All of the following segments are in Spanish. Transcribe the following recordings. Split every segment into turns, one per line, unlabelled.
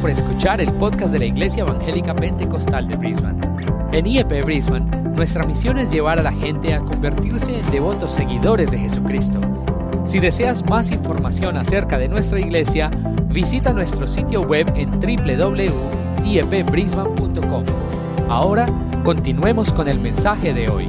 por escuchar el podcast de la Iglesia Evangélica Pentecostal de Brisbane. En IEP Brisbane, nuestra misión es llevar a la gente a convertirse en devotos seguidores de Jesucristo. Si deseas más información acerca de nuestra iglesia, visita nuestro sitio web en E www.iepbrisbane.com. Ahora, continuemos con el mensaje de hoy.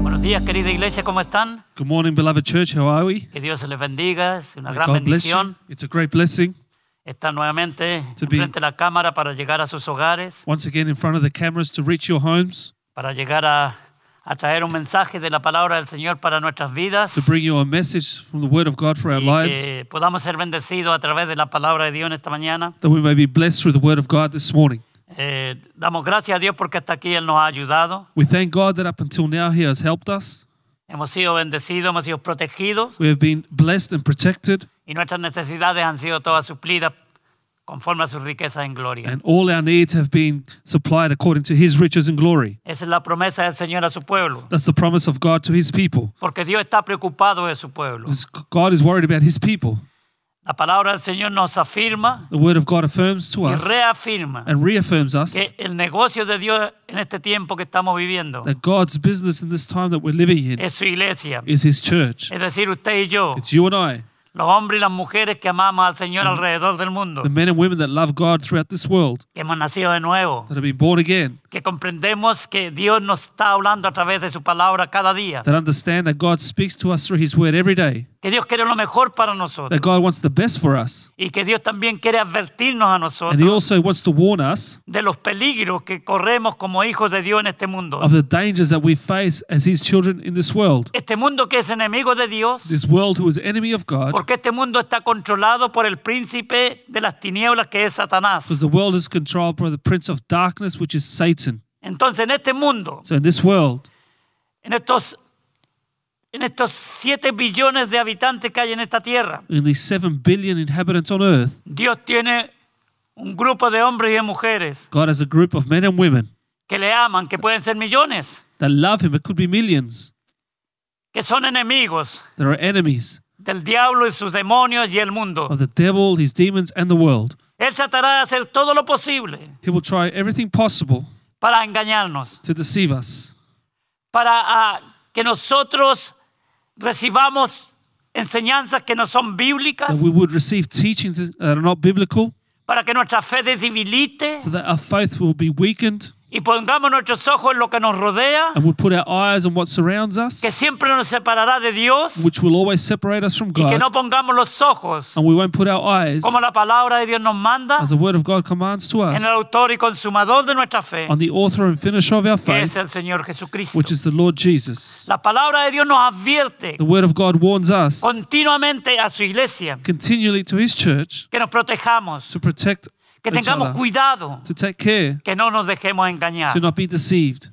Buenos días, querida iglesia, ¿cómo están?
Good morning, beloved church. How are we?
Que Dios les bendiga, es una
May
gran
God bless you.
bendición
It's a great blessing.
estar nuevamente
To be-
frente a la cámara para llegar a sus hogares,
Once again, in front of the cameras to reach your homes,
para llegar a, a traer un mensaje de la palabra del Señor para nuestras vidas,
to bring you a message from the Word of God for our
y
lives,
que podamos ser bendecidos a través de la palabra de Dios en esta mañana.
that we may be blessed through the Word of God this morning.
Eh, damos gracias a Dios porque hasta aquí Él nos ha ayudado,
We thank God that up until now He has helped us.
hemos sido bendecidos, hemos sido protegidos
We have been blessed and protected,
y nuestras necesidades han sido todas suplidas conforme a sus riquezas en gloria.
and all our needs have been supplied according to His riches and glory.
Esa es la promesa del Señor a su pueblo.
That's the promise of God to His people.
Porque Dios está preocupado de su pueblo.
Because God is worried about His people.
La palabra del Señor nos afirma
The Word of God affirms to
y
us
reafirma
and reaffirms us
que el negocio de Dios en este tiempo que estamos viviendo
that God's business in this time that we're living in
es su iglesia.
is His church.
Es decir, usted y yo,
It's you and I,
los hombres y las mujeres que amamos al Señor alrededor del mundo,
the men and women that love God throughout this world,
que hemos nacido de nuevo,
that have been born again,
que comprendemos que Dios nos está hablando a través de su palabra cada día,
that understand that God speaks to us through His Word every day,
que Dios quiere lo mejor para nosotros
that God wants the best for us,
y que Dios también quiere advertirnos a
and He
nosotros
also wants to warn us
de los peligros que corremos como hijos de Dios en este mundo.
of the dangers that we face as His children in this world.
Este mundo que es enemigo de Dios,
This world, who is enemy of God,
porque este mundo está controlado por el príncipe de las tinieblas que es
because
Satanás.
the world is controlled by the Prince of Darkness, which is Satan.
Entonces, en este mundo,
So in this world,
en estos en estos 7 billones de habitantes que hay en esta tierra,
in these seven billion inhabitants on earth,
Dios tiene un grupo de hombres y de mujeres
God has a group of men and women
que le aman, que pueden ser millones,
that love Him. It could be millions.
que son enemigos
There are enemies
del diablo y sus demonios y el mundo.
of the devil, his demons, and the world.
Él tratará de hacer todo lo posible
He will try everything possible
para engañarnos,
to deceive us,
para ah, que nosotros recibamos enseñanzas que no son bíblicas,
that we would receive teachings that are not biblical,
para que nuestra fe desdebilite
so that our faith will be weakened,
y pongamos nuestros ojos en lo que nos rodea,
and we'll put our eyes on what surrounds us,
que siempre nos separará de Dios
which will always separate us from
y que
God,
no pongamos los ojos,
and we won't put our eyes,
como la palabra de Dios nos manda,
as the Word of God commands to
en
us,
el autor y consumador de nuestra fe,
on the author and finisher of our
que es
faith,
el Señor Jesucristo.
which is the Lord Jesus.
La palabra de Dios nos advierte
The Word of God warns us
continuamente a su iglesia
continually to His church
que nos protejamos,
to protect
que
each
tengamos
other,
cuidado,
to take care,
que no nos dejemos engañar.
to not be deceived.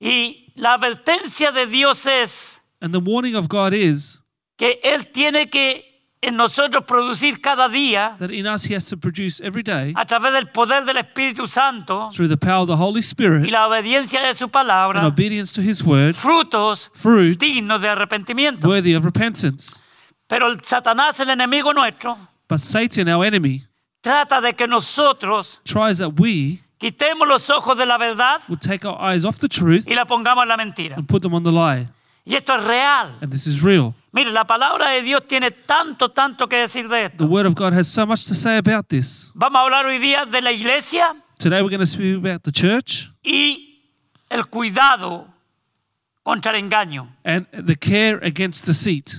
Y la advertencia de Dios es
And the warning of God is
que Él tiene que en nosotros producir cada día,
that in us He has to produce every day
a través del poder del Espíritu Santo
through the power of the Holy
y
Spirit
la obediencia de su
and
palabra,
obedience to His word,
frutos
fruit
dignos de arrepentimiento.
worthy of repentance.
Pero el Satanás, el enemigo nuestro,
But Satan, our enemy,
trata de que nosotros
tries that we
quitemos los ojos de la verdad
will take our eyes off the truth
y la pongamos en la mentira.
and put them on the lie.
Y esto es real.
And this is real.
Mire, la palabra de Dios tiene tanto, tanto que decir de esto.
The Word of God has so much to say about this.
Vamos a hablar hoy día de la iglesia
Today we're going to speak about the church
y el cuidado contra el engaño.
and the care against deceit.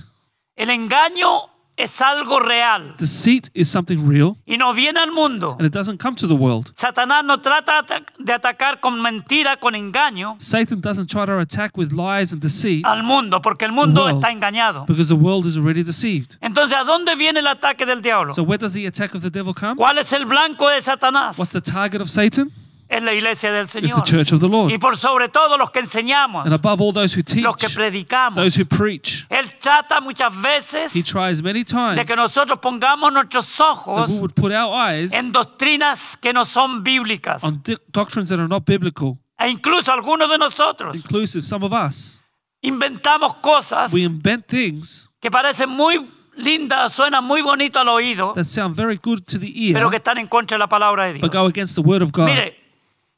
El engaño es algo real
Deceit is something real
y no viene al mundo.
and it doesn't come to the world.
Satanás no trata ata- de atacar con mentira, con engaño
Satan doesn't try to attack with lies and deceit
al mundo, porque el mundo
Wow.
está engañado.
because the world is already deceived.
Entonces, ¿a dónde viene el ataque del diablo?
So where does the attack of the devil come?
¿Cuál es el blanco de Satanás?
What's the target of Satan?
Es la iglesia del
It's the
Señor.
church of the
Y
Lord.
por sobre todo los que enseñamos,
And above all those who teach,
los que predicamos.
those who preach.
Él trata muchas veces
He tries many times
de que nosotros pongamos nuestros
that
ojos
we would put our eyes
en doctrinas que no son bíblicas.
on di- doctrines that are not biblical,
E incluso algunos de nosotros
inclusive some of us.
inventamos cosas
We invent things
que parecen muy lindas, suenan muy bonito al oído,
that sound very good to the ear,
pero que están en contra de la palabra de
but
Dios.
go against the word of God.
Mire,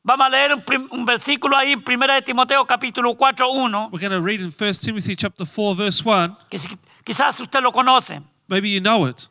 vamos a leer un, prim- un versículo ahí en 1 de Timoteo capítulo 4, 1,
We're going to read in 1 Timothy chapter 4, verse 1.
que si- quizás usted lo conoce
Maybe you know it.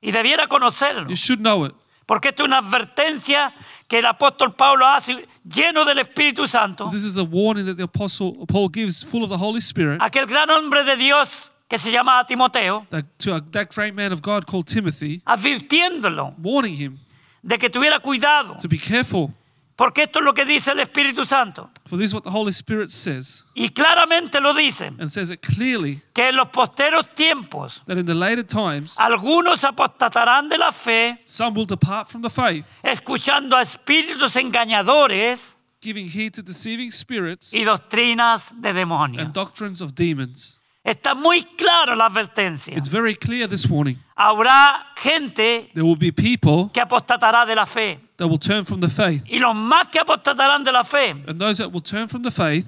y debiera conocerlo,
You should know it.
porque esta es una advertencia que el apóstol Pablo hace lleno del Espíritu Santo,
This is a warning that the apostle Paul gives, full of the Holy Spirit,
aquel gran hombre de Dios que se llama Timoteo,
that, to that great man of God called Timothy,
advirtiéndolo
warning him
de que tuviera cuidado,
to be careful,
porque esto es lo que dice el Espíritu Santo.
for this is what the Holy Spirit says,
Y claramente lo dice,
and says it clearly
que en los posteros tiempos
that in the later times
algunos apostatarán de la fe
some will depart from the faith,
escuchando a espíritus engañadores
giving heed to deceiving spirits
y doctrinas de demonios.
and doctrines of demons.
Está muy clara la advertencia.
It's very clear this warning.
Habrá gente
There will be people
que apostatará de la fe.
that will turn from the faith,
Y los más que apostatarán de la fe.
and those that will turn from the faith,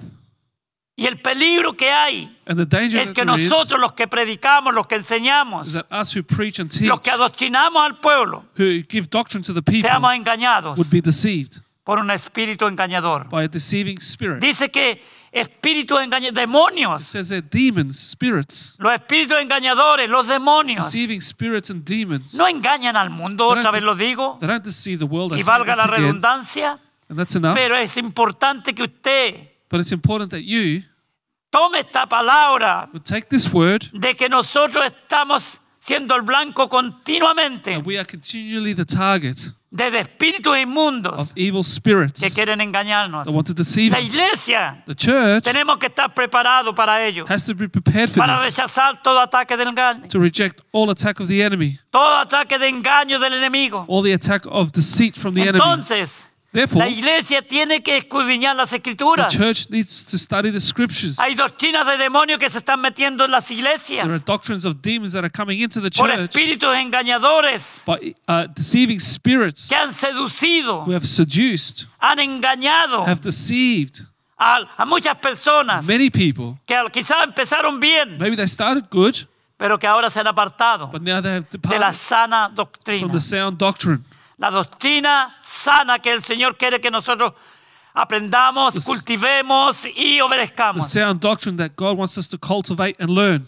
Y el peligro que hay
and the danger
es
that
que
there is,
nosotros los que predicamos, los que
is
enseñamos,
that us who preach and teach,
los que adoctrinamos al pueblo,
who give doctrine to the people,
seamos engañados
would be deceived
por un espíritu engañador.
by a deceiving spirit. It
Dice que espíritus engañadores, demonios,
says they're demons, spirits,
los espíritus engañadores, los demonios,
deceiving spirits and demons.
No engañan al mundo,
They
otra
don't
vez
dece-
lo digo,
They don't deceive the world. I
y
say
valga
once
la
again,
redundancia,
and that's enough.
pero es importante que usted
But it's important that you
tome esta palabra
would take this word
de que nosotros estamos siendo el blanco continuamente
that we are continually the target
de espíritus inmundos
of evil spirits
que
that
quieren engañarnos.
want to deceive
La
us.
iglesia
The church
tenemos que estar preparados para ello,
has to be prepared for
para
this,
rechazar todo ataque de engaño,
to reject all attack of the enemy,
todo ataque de engaño del enemigo.
all the attack of deceit from the enemy.
Entonces,
Therefore,
la iglesia tiene que escudriñar las
the
escrituras.
church needs to study the scriptures.
Hay doctrinas de demonios que se están metiendo en las
There are
iglesias
doctrines of demons that are coming into the
por
church
espíritus engañadores
by uh, deceiving spirits
que han seducido,
who have seduced,
han engañado
have deceived
a, a muchas personas
many people.
que al- quizás empezaron bien,
Maybe they started good,
pero que ahora se han apartado
but now they have
de la
departed
sana
from
doctrina.
the sound doctrine,
La doctrina sana que el Señor quiere que nosotros aprendamos,
The s-
cultivemos y
the
obedezcamos.
sound doctrine that God wants us to cultivate and learn.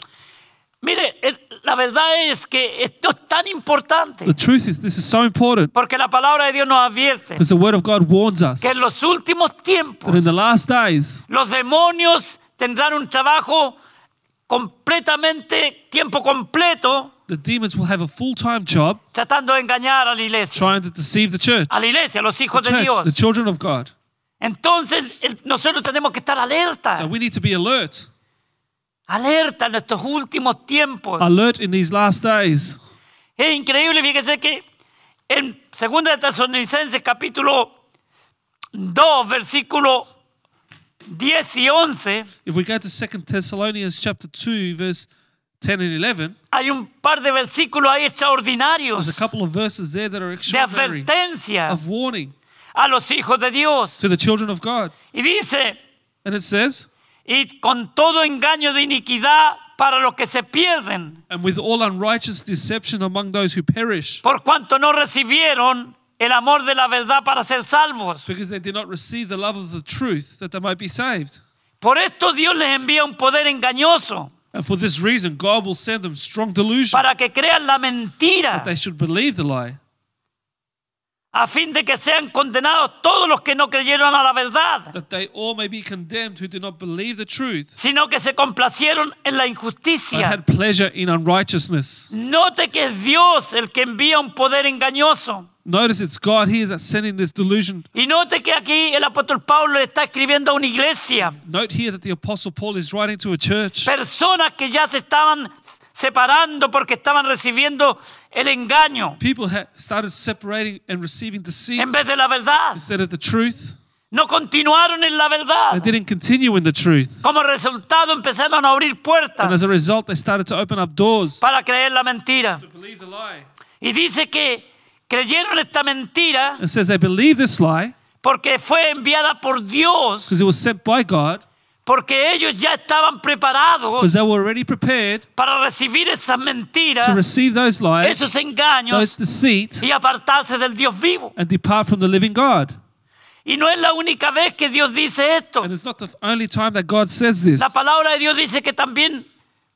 Mire, eh, la verdad es que esto es tan importante
The truth is, this is so important
porque la palabra de Dios nos advierte
because the Word of God warns us
que
that
en los últimos tiempos
in the last days,
Los demonios tendrán un trabajo completamente, tiempo completo,
the demons will have a full time job
tratando de engañar a la iglesia,
trying to deceive the church,
a la iglesia, a los
the,
hijos de
church, the
Dios.
children of God.
Entonces, el- nosotros tenemos que estar alerta,
So we need to be alert,
alerta en estos últimos tiempos.
alert in these last days.
Es increíble, fíjese que en 2 de Tesalonicenses capítulo 2, versículo 10 y 11,
If we go to 2 Thessalonians chapter 2, verse 10 and 11,
hay un par de versículos ahí
there's a
extraordinarios
couple of verses there that are
de
extraordinary
advertencia
of warning
a los hijos de Dios.
to the children of God.
Y dice,
And it says,
y con todo engaño de iniquidad para los que se pierden,
and with all unrighteous deception among those who perish,
por cuanto no recibieron el amor de la verdad para ser salvos.
because they did not receive the love of the truth that they might be saved.
Por esto Dios les envía un poder engañoso
And for this reason, God will send them strong delusion
para que crean la mentira,
that they should believe the lie,
a fin de que sean condenados todos los que no creyeron a la verdad,
that they all may be condemned who did not believe the truth,
sino que se complacieron en la
but
injusticia.
had pleasure in unrighteousness.
Note que es Dios el que envía un poder engañoso.
Notice it's God here that's sending this delusion.
Y note que aquí el apóstol Pablo le está escribiendo a una iglesia.
Note here that the Apostle Paul is writing to a church,
personas que ya se estaban separando porque estaban recibiendo el engaño
people had started separating and receiving deceit
en vez de la verdad.
instead of the truth.
No continuaron en la
They
verdad.
didn't continue in the truth.
Como resultado empezaron a abrir
And as
puertas
a result, they started to open up doors
para creer la mentira.
believe the lie.
Y dice que creyeron esta mentira
It says they believe this lie
porque fue enviada por Dios
because it was sent by God
porque ellos ya estaban preparados
because they were already prepared
para recibir esas
to
mentiras,
receive those lies,
esos engaños
those deceit,
y apartarse del Dios vivo.
and depart from the living God.
Y no es la única vez que Dios dice esto.
And it's not the only time that God says this.
La palabra de Dios dice que también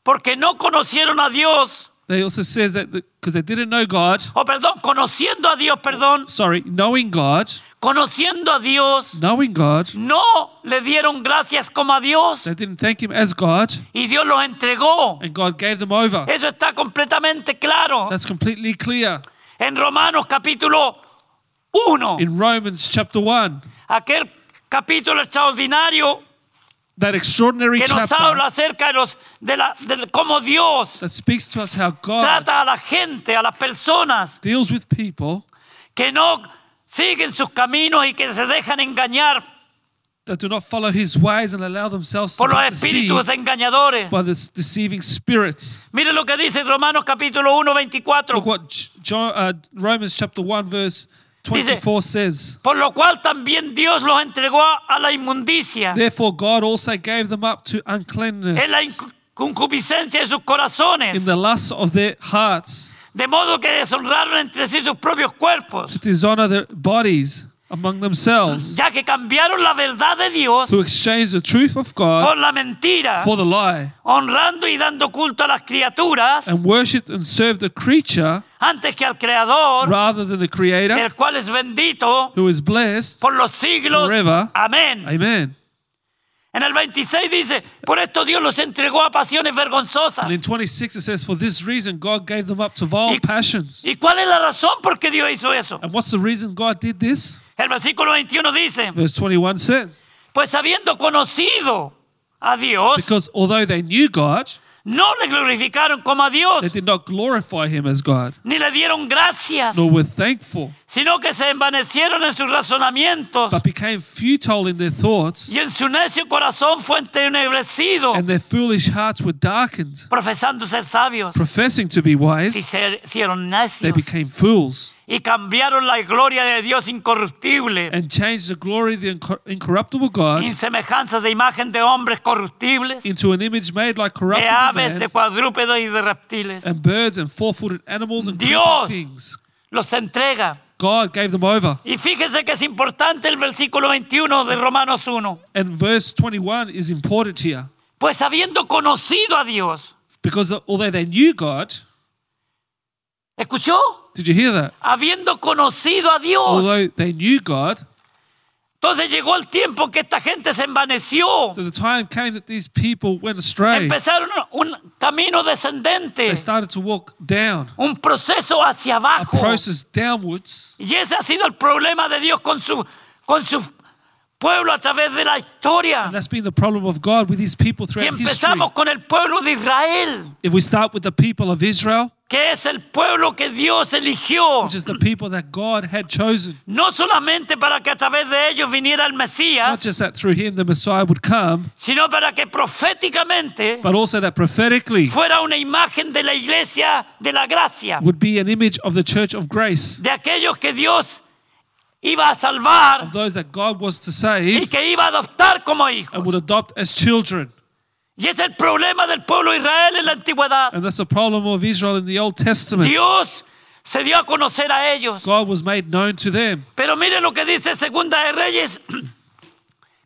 porque no conocieron a Dios,
They also says that because they didn't know God,
o perdón, conociendo a Dios, perdón,
sorry, knowing God,
conociendo a Dios,
knowing God,
no le dieron gracias como a Dios
they didn't thank Him as God,
y Dios los entregó.
and God gave them over.
Eso está completamente claro
That's completely clear
en Romanos capítulo 1,
in Romans chapter 1.
aquel capítulo extraordinario
That extraordinary
que nos habla
chapter
acerca de, los, de, la, de cómo Dios
that speaks to us how God
trata a la gente, a las personas
deals with people
que no siguen sus caminos y que se dejan engañar
that do not follow His ways and allow themselves to
por los
be
espíritus
deceived
engañadores.
by the s- deceiving spirits.
Mire lo que dice Romanos capítulo 1,
Look
24.
what J- Jo- uh, Romans chapter 1, verse 24 says.
Por lo cual también Dios los entregó a a la inmundicia,
Therefore, God also gave them up to
en la
uncleanness
incu- concupiscencia de sus
in
corazones,
the lusts of their hearts
de modo que deshonraron entre sí sus propios cuerpos,
to dishonor their bodies among themselves,
ya que cambiaron la verdad de Dios
who exchanged the truth of God
por la mentira,
for the lie,
honrando y dando culto a las criaturas
and worshipped and served the creature
antes que al Creador,
rather than the Creator,
el cual es bendito
who is blessed.
por los siglos.
Forever.
Amén.
Amen.
En el 26 dice, por esto Dios los entregó a pasiones vergonzosas.
And in 26 it says, For this reason God gave them up to vile
Y-
passions.
¿Y cuál es la razón por qué Dios hizo eso?
And what's the reason God did this?
El versículo 21 dice,
Verse 21 says,
pues habiendo conocido a Dios,
Because although they knew God,
no le glorificaron como a Dios,
they did not glorify Him as God,
ni le dieron gracias,
nor were thankful,
sino que se envanecieron en sus razonamientos
but became futile in their thoughts,
y en su necio corazón fue entenebrecido,
and their foolish hearts were darkened.
profesando ser sabios.
Professing to be wise,
Y se hicieron
they
necios
became fools
y cambiaron la gloria de Dios incorruptible
and changed the glory of the incor- incorruptible God
en semejanzas de imagen de hombres corruptibles,
into an image made like
de
corruptible ¿eh?
aves, de
man,
cuadrúpedos y de reptiles.
and birds and four-footed animals and
Dios.
creeping things.
Los entrega.
God gave them over.
Y fíjese que es importante el versículo 21 de Romanos 1.
And verse 21 is important here
Pues habiendo conocido a Dios,
because although they knew God,
¿escuchó?
did you hear that?
Habiendo conocido a Dios.
Although they knew God,
Entonces llegó el tiempo que esta gente se envaneció.
so the time came that these people went astray.
Empezaron un camino descendente,
They started to walk down,
un proceso hacia
a
abajo.
process downwards.
Y ese ha sido el problema de Dios con su, con su pueblo a través de la historia.
And that's been the problem of God with his people
Si
throughout history.
empezamos con el pueblo de Israel,
If we start with the people of Israel,
que es el pueblo que Dios eligió,
which is the people that God had chosen.
no solamente para que a través de ellos viniera el
Not
Mesías,
just that through him the Messiah would come,
sino para que proféticamente
but also that prophetically
fuera una imagen de la iglesia de la gracia,
would be an image of the church of grace,
de aquellos que Dios iba a salvar
of those that God was to
y
save
que iba a adoptar como
and
hijos.
would adopt as children.
Y es el problema del pueblo de Israel en la antigüedad.
And that's the problem of Israel in the Old Testament.
Dios se dio a conocer a ellos.
God was made known to them.
Pero mire lo que dice Segunda de Reyes,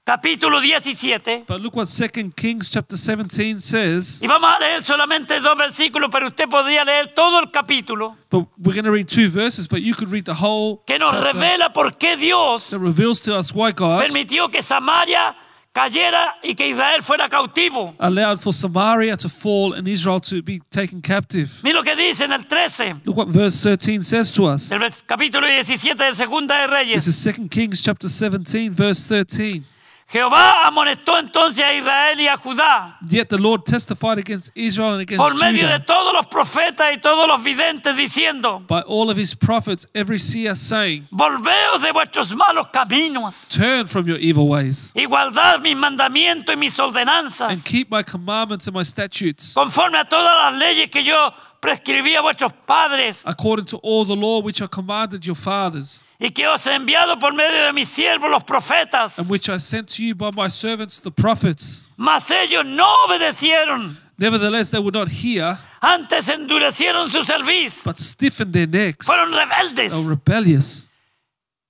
capítulo 17.
But look what 2 Kings chapter 17 says.
Y vamos a leer solamente dos versículos, pero usted podría leer todo el capítulo
But we're going to read two verses, but you could read the whole
que nos
chapter
revela por qué Dios
that reveals to us why God
permitió que Samaria cayera y que Israel fuera cautivo.
allowed for Samaria to fall and Israel to be taken captive.
Mira lo que dice en el 13,
Look what verse 13 says to us.
del vers- capítulo 17 de Segunda de
This
Reyes.
is 2 Kings chapter 17, verse 13.
Jehová amonestó entonces a Israel y a Judá
Yet the Lord testified against Israel and
por
against
medio de
Judah
todos los profetas y todos los videntes diciendo,
by all of his prophets, every seer, saying,
volveos de vuestros malos caminos
Turn from your evil ways,
y guardad mis mandamientos y mis
and
ordenanzas
keep my commandments and my statutes,
conforme a todas las leyes que yo prescribí a vuestros padres
according to all the law which I commanded your fathers,
y que os he enviado por medio de mis siervos los profetas,
and which I sent to you by my servants the prophets.
mas ellos no obedecieron,
Nevertheless, they would not hear,
antes endurecieron su cerviz,
but stiffened their necks,
fueron rebeldes,
are rebellious,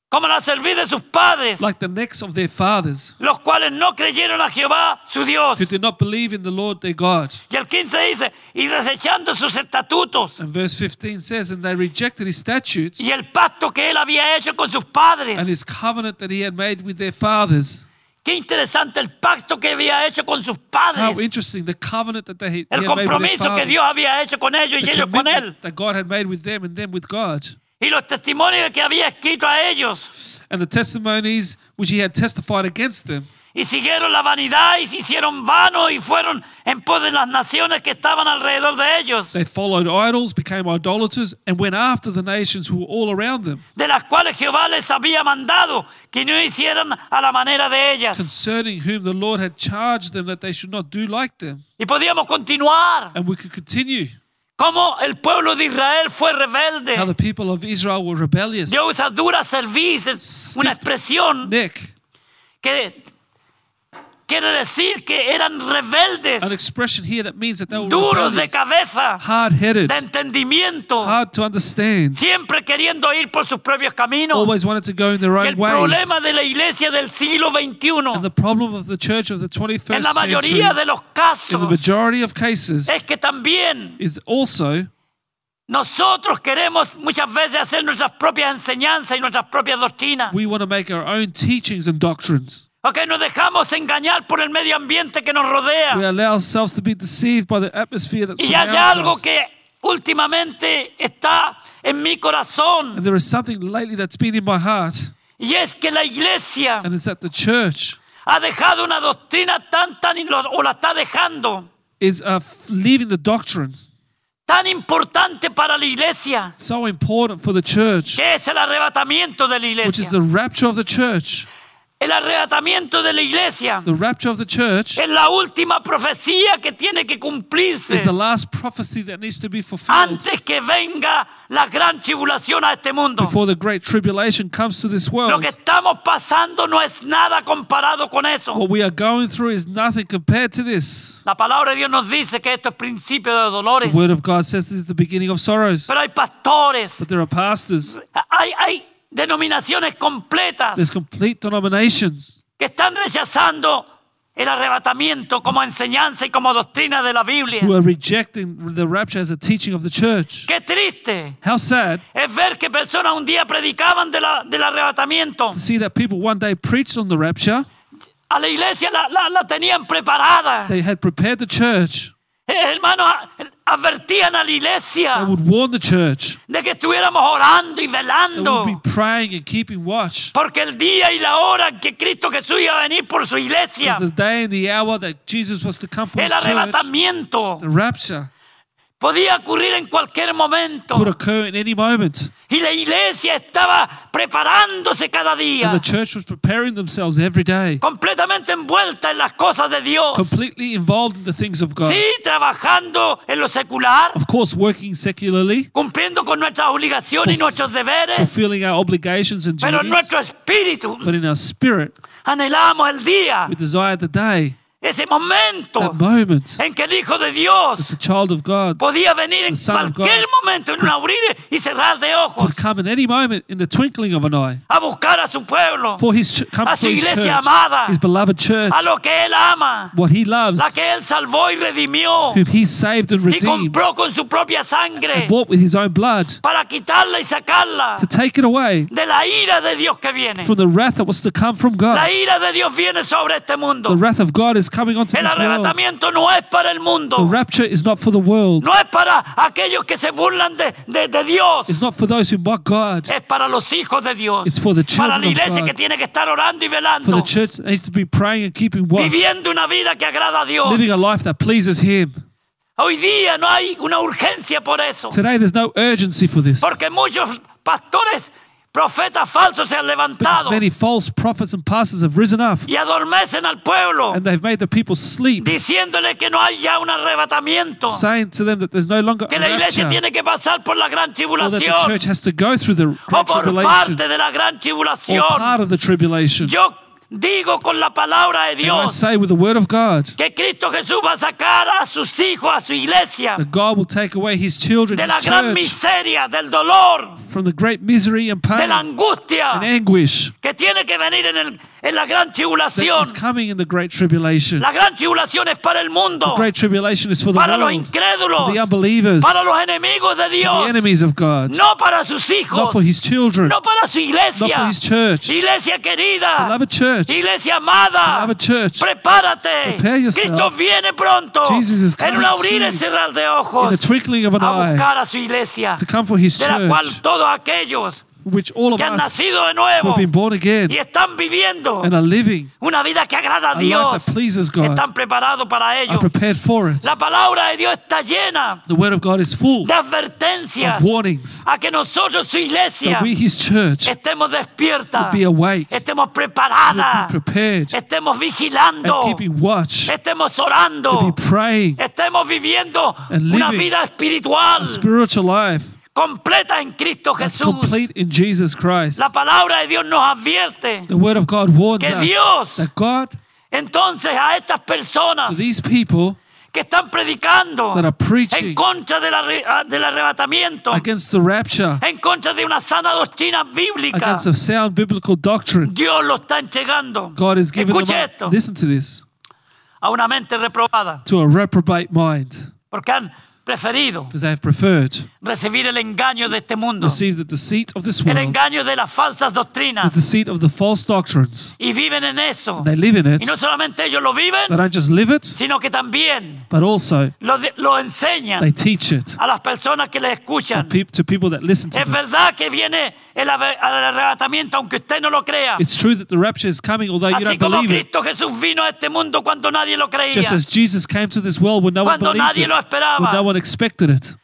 como la cerviz de sus padres,
like the necks of their fathers,
los cuales no creyeron a Jehová su Dios.
who did not believe in the Lord their God.
Y el 15 dice, y desechando sus estatutos
And verse 15 says, And they rejected his statutes
y el pacto que él había hecho con sus
and
padres.
his covenant that he had made with their fathers.
Qué interesante el pacto que había hecho con sus
How
padres,
interesting, the covenant that they he
el
had made with their
compromiso que
fathers.
Dios había hecho con ellos y
the
ellos con él,
commitment that God had made with them and them with God.
y los testimonios que había escrito a ellos,
And the testimonies which he had testified against them.
y siguieron la vanidad y se hicieron vanos y fueron en pos de las naciones que estaban alrededor de ellos,
They followed idols, became idolaters, and went after the nations who were all around them,
de las cuales Jehová les había mandado que no hicieran a la manera de ellas.
concerning whom the Lord had charged them that they should not do like them.
Y podíamos continuar
And we could continue
cómo el pueblo de Israel fue
how the
rebelde.
people of Israel were rebellious.
Dios usa dura cerviz, es una
Stiff
expresión
Neck,
que quiere decir que eran rebeldes,
an expression here that means that they were
duros de
rebellious,
cabeza,
hard-headed,
de entendimiento,
hard to understand,
siempre queriendo ir por sus propios caminos.
always wanted to go in their
Que
own
el
ways.
problema de la iglesia del siglo
And
XXI,
the problem of the church of the
en
21st
la
century,
mayoría de los
in the
casos,
majority of cases,
es que también
is also
nosotros queremos muchas veces hacer nuestras propias enseñanzas y nuestras propias doctrinas.
we want to make our own teachings and doctrines.
Ok, nos dejamos engañar por el medio ambiente que nos rodea.
We allow ourselves to be deceived by the atmosphere that
Y hay algo
surrounds us.
que últimamente está en mi corazón
And there is something lately that's been in my heart,
y es que la iglesia
and it's that the church
ha dejado una doctrina tan tan lo- o la está dejando
is uh, f- leaving the doctrines
tan importante para la iglesia
so important for the church,
que es el arrebatamiento de la
which
iglesia.
is the rapture of the church.
El arrebatamiento de la iglesia
The rapture of the church
es la última profecía que tiene que cumplirse
is the last prophecy that needs to be fulfilled
antes que venga la gran tribulación a este mundo.
before the great tribulation comes to this
Lo
world.
que estamos pasando no es nada comparado con eso.
What we are going through is nothing compared to this.
La palabra de Dios nos dice que esto es principio de
The
dolores.
word of God says this is the beginning of sorrows.
Pero hay pastores,
But there are pastors,
hay, hay denominaciones completas
there's complete denominations
que están rechazando el arrebatamiento como enseñanza y como doctrina de la Biblia.
who are rejecting the rapture as a teaching of the church.
Qué triste
How sad
es ver que personas un día predicaban de la- del arrebatamiento.
to see that people one day preached on the rapture.
A la iglesia la, la- la tenían preparada.
They had prepared the church.
Eh, Hermanos, a- advertían a la
They
iglesia
would warn the church.
de que estuviéramos orando y
They would
velando.
be praying and keeping watch.
Porque el día y la hora en que Cristo Jesús iba a venir por su iglesia,
Because the day and the hour that Jesus was to come for
el
his church,
arrebatamiento
the rapture,
podía ocurrir en cualquier momento.
could occur in any moment.
Y la iglesia estaba preparándose cada
And
día,
the church was preparing themselves every day,
completamente envuelta en las cosas de Dios.
completely involved in the things of God.
Sí, trabajando en lo secular,
Of course, working secularly,
cumpliendo con nuestras obligaciones y
Fulf-
nuestros deberes,
fulfilling our obligations and
pero en
duties.
nuestro espíritu
But in our spirit,
anhelamos el día,
we desire the day,
ese momento
that moment,
en que el Hijo de Dios
the child of God
podía venir en
The Son of
cualquier
God
momento en un abrir y cerrar de ojos
could come in any moment in the twinkling of an eye
a buscar a su pueblo,
for his ch- come
A
for
su
his
iglesia
church,
amada.
his beloved church,
a lo que él ama,
what he loves,
la que él salvó y redimió
whom he saved and
y
redeemed,
compró con su propia sangre
and bought with his own blood,
para quitarla y sacarla
to take it away
de la ira de Dios que viene.
from the wrath that was to come from
La
God.
ira de Dios viene sobre este mundo.
The wrath of God is coming onto
El
this world.
arrebatamiento no es para el
The
mundo,
rapture is not for the world.
no es para aquellos que se burlan de, de- de Dios,
It's not for those who mock God.
es para los hijos de Dios,
It's for the
para
children
la
of
iglesia que
God.
tiene que estar orando y
For the
velando,
church that needs to be praying and keeping watch,
viviendo una vida que agrada a Dios.
living a life that pleases Him.
Hoy día no hay una urgencia por eso,
Today, there's no urgency for this
porque muchos pastores profetas falsos se han levantado
Because many false prophets and pastors have risen up
y adormecen al pueblo
and they've made the people sleep,
diciéndole que no hay ya un arrebatamiento,
saying to them that there's no longer
que
a
la iglesia
rapture,
tiene que pasar por la gran
or Oh, that the
tribulación
church has to go through the
o
great
por
tribulation Oh,
parte de la gran
or
tribulación.
part of the tribulation.
Yo digo con la palabra de
And I
Dios
say with the word of God
que Cristo Jesús va a sacar a sus hijos, a su iglesia,
that God will take away his children,
de la
his
gran
church,
miseria, del dolor,
from the great misery and
de
pain
la
and
angustia
anguish
que tiene que venir en, el- en la gran
that
tribulación.
is coming in the great tribulation.
La gran tribulación es para el mundo,
Great tribulation is for the
para los
world,
incrédulos,
for the unbelievers,
para los enemigos de
the
Dios,
enemies of God,
no para sus
not
hijos,
for his children,
no para su
not for
iglesia.
his church.
Iglesia querida,
Beloved church,
iglesia amada,
beloved church,
prepárate.
prepare yourself.
Cristo viene pronto
Jesus is
en
coming
un abrir y
soon.
cerrar de
in
ojos
the twinkling of an
a
eye,
buscar a su iglesia,
to come for his
de la
church,
cual todos aquellos
which all of
que han
us
nacido de
who
nuevo
have been born again
y están viviendo
and are living
una vida que agrada a
a life
Dios
that pleases God
están preparados para
are
ello.
prepared for it.
La palabra de Dios está llena
The word of God is full
de advertencias
of warnings
a que nosotros, su iglesia,
that we, his church,
estemos despiertas,
be awake,
estemos
be
preparadas,
prepared,
estemos
and
vigilando,
keeping watch,
estemos
to
orando,
be praying,
estemos viviendo
and
una
living
vida espiritual
a spiritual life
completa en Cristo
that's
Jesús.
complete in Jesus Christ.
La palabra de Dios nos advierte
The word of God warns
que
us
Dios
that God,
entonces a estas personas
to these people
que están predicando
that are
en
preaching
contra del arre- del arrebatamiento,
against the rapture,
en contra de una sana doctrina bíblica.
against a sound biblical doctrine,
Dios lo está entregando.
God is giving them
Escuche
up-
esto
listen to this,
a una mente reprobada,
to a reprobate mind,
porque han preferido
because they have preferred,
recibir el engaño de este mundo,
received the deceit of this
el
world,
engaño de las falsas
the
doctrinas,
deceit of the false doctrines.
y viven en eso.
They live in
Y
it.
no solamente ellos lo
They
viven,
don't just live it,
sino que también
but also
lo, de- lo
they
enseñan
teach it
a las personas que les escuchan.
peop- to people that listen to
Es
them.
verdad que viene el ave- el arrebatamiento, aunque usted no lo crea.
It's true that the rapture is coming, although you
Así
don't
como
believe it.
Cristo Jesús vino a este mundo cuando nadie lo creía,
Just as Jesus came to this world when no one
Cuando
believed
nadie
it,
lo esperaba.
when no one expected it.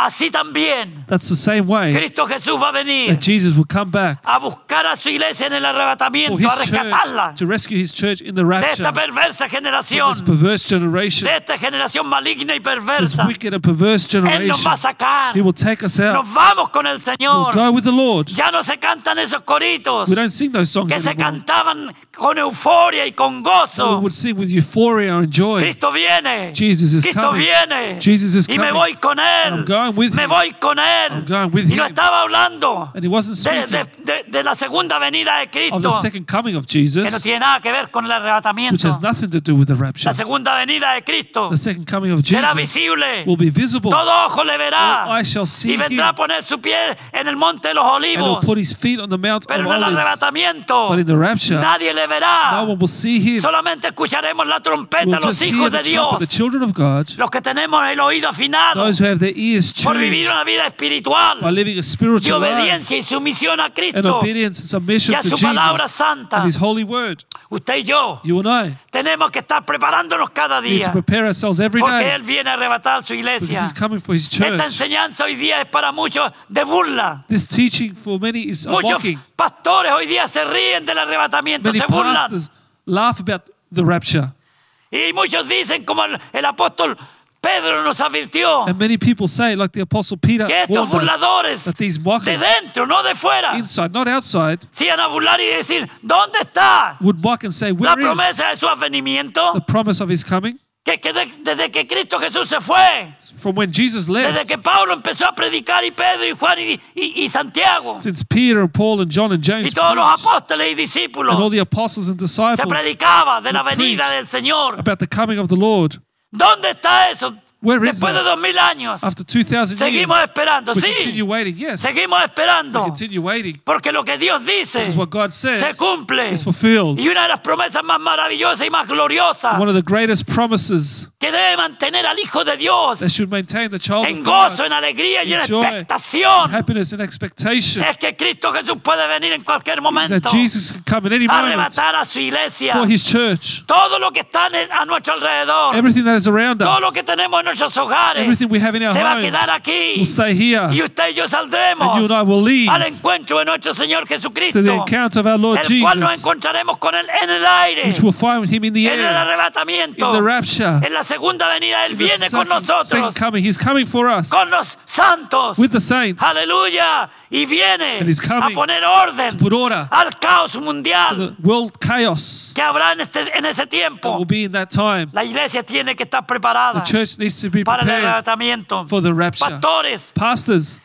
así también
That's the same way
Cristo Jesús va a venir
that Jesus will come back
a buscar a su iglesia en el
for
arrebatamiento, a
his
rescatarla
church to rescue his church in the
de
rapture.
esta
from
perversa
This
generación,
perverse generation,
de esta generación maligna y
this
perversa.
wicked and perverse
Él nos
generation,
va a sacar.
he will take us out.
Nos vamos con el
We'll
Señor.
go with the Lord.
Ya no se cantan esos coritos
We don't sing those songs
que se
anymore.
cantaban con euforia y con
We
gozo.
would sing with euphoria and joy.
Cristo viene.
Jesus is
Cristo
coming.
viene.
Jesus is
y me
coming.
voy con él.
I'm going with
me
him.
voy con él.
I'm going with
y no
him.
estaba hablando
And he wasn't
de,
speaking
de- de- de la segunda venida de
of the
Cristo,
second coming of
que no
Jesus,
tiene nada que ver con el
which
arrebatamiento.
has nothing to do with the rapture.
La segunda venida de Cristo
The second coming of
será
Jesus
visible.
will be visible and
Todo ojo le verá.
All eyes shall see
y vendrá a
him.
poner su pie en el monte de los
he'll
olivos.
put his feet on the Mount
Pero
of
en el
Olives.
arrebatamiento
But in the rapture,
nadie le verá.
No one will see him.
Solamente escucharemos la trompeta,
We'll
los
just hear
hijos de
the
Dios,
trumpet, the children of God,
los que tenemos el oído afinado
those who have their ears
por vivir
tuned
una vida espiritual
by living a
de
spiritual life
obediencia y sumisión a
and
Cristo.
obedience and submission
Y a
to
su palabra
Jesus
santa.
and His holy word.
Usted y yo
You and I
tenemos que estar preparándonos cada
need to
día
prepare ourselves every
porque Él
day
viene a arrebatar su
because
iglesia.
He's coming for His
Esta
church.
enseñanza hoy día es para muchos de burla.
This teaching for many is a
Muchos
mocking.
pastores hoy día se ríen del arrebatamiento,
Many
se burlan.
pastors laugh about the rapture,
Y muchos dicen, como el, el apóstol Pedro nos advirtió,
and many people say, like the apostle Peter,
Oh. que estos
warned us,
burladores
that these
de
mockers
dentro, no de fuera,
inside, not outside,
se iban a burlar y decir, ¿dónde está
would mock and say,
la
"Where is
promesa de su advenimiento?
the promise of His coming?"
Que, que de- desde que Cristo Jesús se fue,
From when Jesus
desde
left,
que Pablo empezó a predicar y Pedro y Juan y, y- y Santiago
since Peter and Paul and John and
y
James
todos los
preached,
apóstoles y
and all
discípulos,
the apostles and
se
disciples
predicaba de la
preached.
venida del Señor.
about the coming of the Lord.
¿Dónde está eso?
Where is
Después de
that?
dos mil años,
After 2,000 years,
seguimos esperando,
we continue
sí,
waiting. Yes,
seguimos
we
esperando,
continue waiting.
porque lo que Dios dice
Is what God says
se cumple.
is fulfilled.
Y una de las promesas más maravillosas y más gloriosas
One of the greatest promises
que debe mantener al Hijo de Dios
that should maintain the child
en
of
gozo, en
God,
alegría y en
in joy, in
expectación
happiness and expectation,
es que Cristo Jesús puede venir en cualquier
is that
momento
Jesus can come at any
a
moment
arrebatar a su iglesia
for His church.
todo lo que está en- a nuestro alrededor,
Everything that is around
todo lo
us,
que tenemos en nuestros hogares
Everything we have in our
se va a
homes
quedar aquí.
will stay here.
Y usted y yo
And you
saldremos
and I will leave
al encuentro de nuestro Señor Jesucristo,
to the encounter of our Lord
el cual nos
Jesus,
encontraremos con Él en el aire,
which will find him in the
en el
air,
arrebatamiento,
in the rapture,
en la segunda venida. Él
in the
viene con
second- second
nosotros,
coming. He's coming for us
con los santos.
with the saints
Aleluya. Y viene
And he's
a
coming
poner orden
put order
al caos
to
mundial
the world chaos
que habrá en, este- en ese
that
tiempo.
will be in that time.
La iglesia tiene que estar
The
preparada
church needs to be
para el
prepared
arrebatamiento.
for the rapture.
Pastores,
Pastors,